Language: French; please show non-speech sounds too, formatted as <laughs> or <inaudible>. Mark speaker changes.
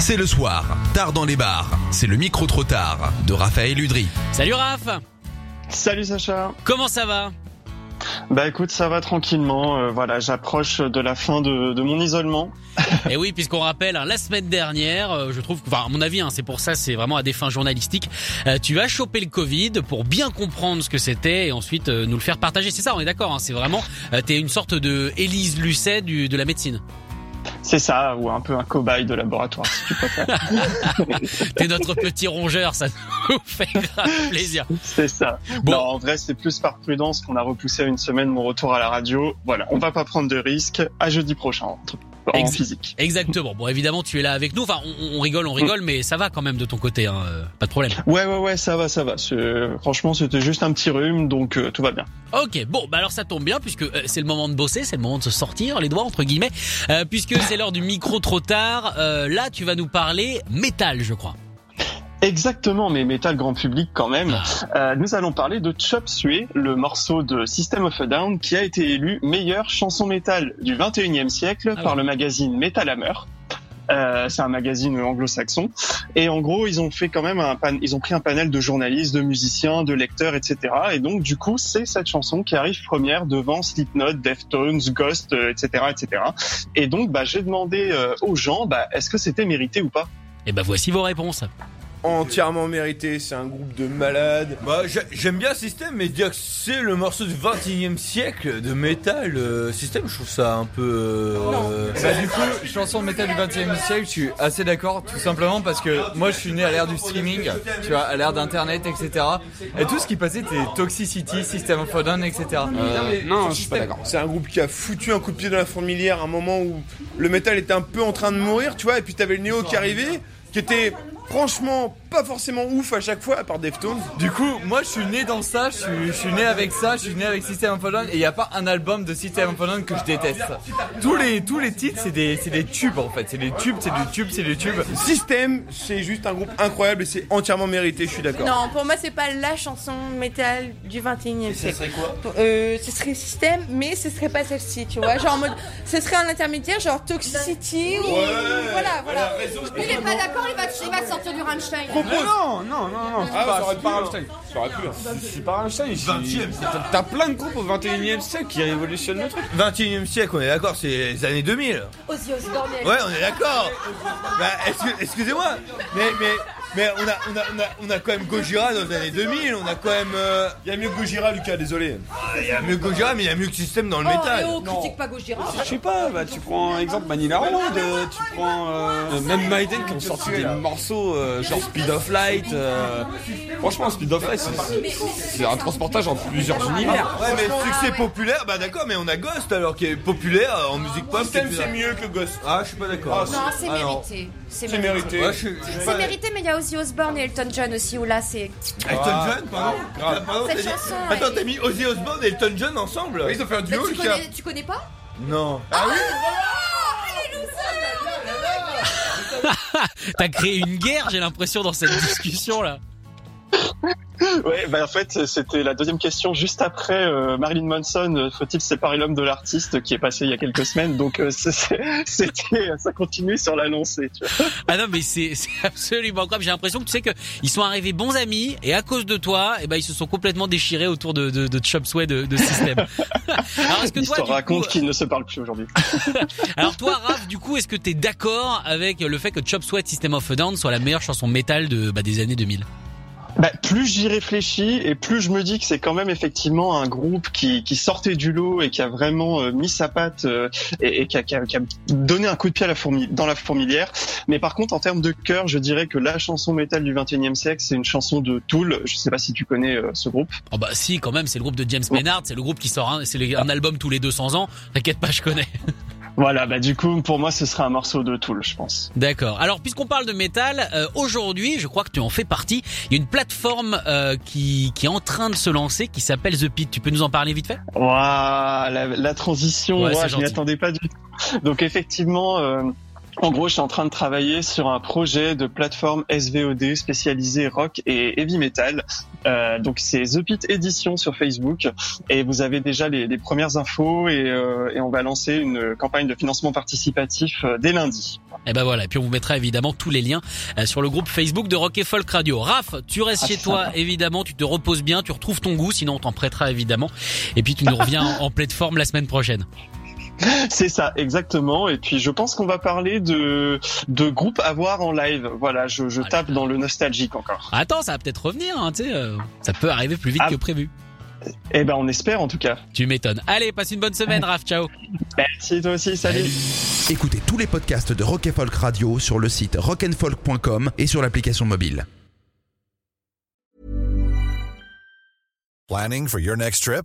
Speaker 1: C'est le soir, tard dans les bars. C'est le micro trop tard de Raphaël Udry.
Speaker 2: Salut Raph
Speaker 3: Salut Sacha.
Speaker 2: Comment ça va
Speaker 3: Bah écoute, ça va tranquillement. euh, voilà, j'approche de la fin de, de mon isolement.
Speaker 2: Eh oui, puisqu'on rappelle, hein, la semaine dernière, euh, je trouve, que- enfin à mon avis, hein, c'est pour ça, c'est vraiment à des fins journalistiques, euh, tu as chopé le Covid pour bien comprendre ce que c'était et ensuite euh, nous le faire partager. C'est ça, on est d'accord, hein, c'est vraiment, euh, t'es une sorte de Élise Lucet du, de la médecine.
Speaker 3: C'est ça, ou un peu un cobaye de laboratoire. <laughs> si tu préfères.
Speaker 2: T'es notre petit rongeur, ça nous <laughs> fait grave plaisir.
Speaker 3: c'est ça.
Speaker 2: Bon.
Speaker 3: Non, en vrai, c'est plus par prudence qu'on a repoussé à une semaine mon retour à la radio. Voilà, on va pas prendre de risques. À jeudi prochain, en, en
Speaker 2: Ex-
Speaker 3: physique.
Speaker 2: Exactement, bon évidemment tu es là avec nous, enfin on, on rigole, on rigole, mais ça va quand même de ton côté, hein, euh, pas de problème.
Speaker 3: Ouais, ouais, ouais, ça va, ça va. C'est- Franchement, c'était juste un petit rhume, donc euh, tout va bien.
Speaker 2: Ok, bon, bah alors ça tombe bien puisque euh, c'est le moment de bosser, c'est le moment de se sortir les doigts entre guillemets, euh, puisque c'est l'heure du micro trop tard. euh, là, tu vas nous parler métal, je crois.
Speaker 3: Exactement, mais métal grand public quand même. Euh, nous allons parler de Chop Suey, le morceau de System of a Down qui a été élu meilleure chanson métal du 21e siècle
Speaker 2: Ah
Speaker 3: par
Speaker 2: ouais.
Speaker 3: le magazine Metal Hammer. Euh, c'est un magazine anglo-saxon et en gros ils ont fait quand même un pan- ils ont pris un panel de journalistes, de musiciens, de lecteurs, etc. Et donc du coup c'est cette chanson qui arrive première devant Slipknot, Deftones, Ghost, euh, etc., etc. Et donc bah, j'ai demandé euh, aux gens bah, est-ce que c'était mérité ou pas.
Speaker 2: Et bah voici vos réponses.
Speaker 4: Entièrement mérité, c'est un groupe de malades. Bah, j'a- j'aime bien System, mais dire que c'est le morceau du 21 e siècle de métal, euh, System, je trouve ça un peu. euh,
Speaker 5: Bah du coup, chanson de métal du 21 e siècle, je suis assez d'accord, tout simplement parce que moi je suis né à l'ère du streaming, tu vois, à l'ère d'internet, etc. Et tout ce qui passait était Toxicity, System of a Down, etc.
Speaker 6: non, je suis pas d'accord.
Speaker 4: C'est un groupe qui a foutu un coup de pied dans la fourmilière à un moment où le métal était un peu en train de mourir, tu vois, et puis t'avais le néo qui arrivait, qui était franchement pas forcément ouf à chaque fois, à part Deftones.
Speaker 5: Du coup, moi je suis né dans ça, je suis, je suis né avec ça, je suis né avec System of a Down, et il n'y a pas un album de System of a Down que je déteste. Tous les, tous les titres, c'est des, c'est des tubes en fait, c'est des tubes, c'est du tube, c'est du tube.
Speaker 4: System, c'est juste un groupe incroyable et c'est entièrement mérité, je suis d'accord.
Speaker 6: Non, pour moi, c'est pas la chanson métal du 21 e siècle.
Speaker 4: serait quoi
Speaker 6: Euh, ce serait système, mais ce serait pas celle-ci, tu vois. Genre en mode, ce serait un intermédiaire, genre Toxicity ou. Voilà, voilà.
Speaker 7: Il est pas d'accord, il va, il va sortir du Rammstein.
Speaker 6: Non,
Speaker 8: Non, non, non, c'est
Speaker 4: Ah,
Speaker 8: pas,
Speaker 4: ça aurait
Speaker 8: c'est
Speaker 4: pu,
Speaker 8: pas
Speaker 4: hein.
Speaker 8: Rammstein. Ça aurait pu, hein. C'est- C'est pas Rammstein. c'est- t'as- T'as plein de groupes au 21 e siècle qui révolutionnent le truc.
Speaker 4: 21 e siècle, on est d'accord, c'est les années 2000.
Speaker 7: Ozzy Osbourne.
Speaker 4: Ouais, on est d'accord. Bah, est-ce que- excusez-moi, mais, mais, mais on, a, on, a, on, a, on a quand même Gojira dans les années 2000, on a quand même... Il y a mieux que Gojira, Lucas, désolé. Il y a mieux que Gojira, mais il y a mieux que System dans le métal.
Speaker 7: oh, critique pas Gojira.
Speaker 8: Je sais pas, bah, tu prends exemple Manila Road, euh, tu prends euh, même Maiden qui ont sorti des morceaux euh, genre Speed of Light. euh, franchement, Speed of Light, c'est- c'est- c'est un transportage en plusieurs
Speaker 4: Ah,
Speaker 8: univers.
Speaker 4: Ouais, mais succès populaire, bah d'accord, mais on a Ghost alors, qui est populaire euh, en musique pop.
Speaker 8: System, c'est
Speaker 4: mieux que Ghost. Ah, je suis pas d'accord.
Speaker 7: Non, c'est mérité. C'est mérité.
Speaker 4: Ouais, je suis- je suis
Speaker 7: C'est
Speaker 4: pas-
Speaker 7: mérité, mais il y a Ozzy Osbourne et Elton John aussi, où là c'est.
Speaker 4: Elton John, pardon Ah, pardon,
Speaker 7: Cette
Speaker 4: t'as dit-
Speaker 7: chanson,
Speaker 4: Attends,
Speaker 7: elle-
Speaker 4: t'as mis Ozzy Osbourne et Elton John ensemble Ils ont fait un
Speaker 7: Mais tu, connais, tu connais pas
Speaker 4: Non. Ah oui
Speaker 2: T'as créé une guerre, j'ai l'impression, dans cette discussion là.
Speaker 3: Ouais, bah en fait, c'était la deuxième question juste après euh, Marilyn Manson, euh, faut-il séparer l'homme de l'artiste qui est passé il y a quelques semaines. Donc euh, c'est- c'est- c'était euh, ça continue sur la lancée, tu vois.
Speaker 2: Ah non, mais c'est c'est absolument incroyable. J'ai l'impression que tu sais que ils sont arrivés bons amis et à cause de toi, eh ben ils se sont complètement déchirés autour de de, de Chop Suey de, de système. <laughs> Alors est-ce que toi,
Speaker 3: L'histoire
Speaker 2: du
Speaker 3: raconte
Speaker 2: coup, euh,
Speaker 3: qu'ils ne se parlent plus aujourd'hui.
Speaker 2: alors toi, Raph, du coup, est-ce que t'es d'accord avec le fait que Chop Suey de System of a Down soit la meilleure chanson métal de bah, des années 2000
Speaker 3: Bah, plus j'y réfléchis et plus je me dis que c'est quand même effectivement un groupe qui, qui sortait du lot et qui a vraiment euh, mis sa patte euh, et, et qui, a, qui a- qui a donné un coup de pied à la fourmi, dans la fourmilière. Mais par contre, en termes de cœur, je dirais que la chanson métal du 21e siècle, c'est une chanson de Tool. Je sais pas si tu connais euh, ce groupe.
Speaker 2: Oh bah si, Oh. quand même, c'est le groupe de James Maynard, c'est le groupe qui sort un, c'est le- un album tous les 200 ans. T'inquiète pas, je connais.
Speaker 3: Voilà, bah du coup, pour moi, ce serait un morceau de Tool, je pense.
Speaker 2: <laughs> D'accord. Alors, puisqu'on parle de métal, euh, aujourd'hui, je crois que tu en fais partie. Il y a une plateforme euh, qui, qui est en train de se lancer, qui s'appelle The Pit. Tu peux nous en parler vite fait
Speaker 3: Waouh, la, la transition,
Speaker 2: Ouais,
Speaker 3: waouh,
Speaker 2: c'est
Speaker 3: je m'y
Speaker 2: gentil.
Speaker 3: attendais pas du tout. Donc effectivement, euh, en gros, je suis en train de travailler sur un projet de plateforme SVOD spécialisée rock et heavy metal. Euh, donc c'est The Pit Edition sur Facebook et vous avez déjà les, les premières infos et, euh, et on va lancer une campagne de financement participatif euh, dès lundi.
Speaker 2: Et ben voilà. Et puis on vous mettra évidemment tous les liens euh, sur le groupe Facebook de Rock et Folk Radio. Raph, tu restes
Speaker 3: Ah,
Speaker 2: chez
Speaker 3: c'est
Speaker 2: toi,
Speaker 3: sympa.
Speaker 2: évidemment. Tu te reposes bien, tu retrouves ton goût. Sinon, on t'en prêtera évidemment. Et puis tu nous reviens en en pleine forme la semaine prochaine.
Speaker 3: C'est ça, exactement. Et puis je pense qu'on va parler de, de groupes à voir en live. Voilà, je, je tape dans le nostalgique encore.
Speaker 2: Attends, ça va peut-être revenir. Hein, tu sais, euh, ça peut arriver plus vite que prévu.
Speaker 3: Eh ben on espère en tout cas.
Speaker 2: Tu m'étonnes. Allez, passe une bonne semaine, Raph. Ciao.
Speaker 3: Merci toi aussi. Salut.
Speaker 1: Écoutez tous les podcasts de Rock et Folk Radio sur le site rockandfolk.com et sur l'application mobile.
Speaker 9: Planning for your next trip?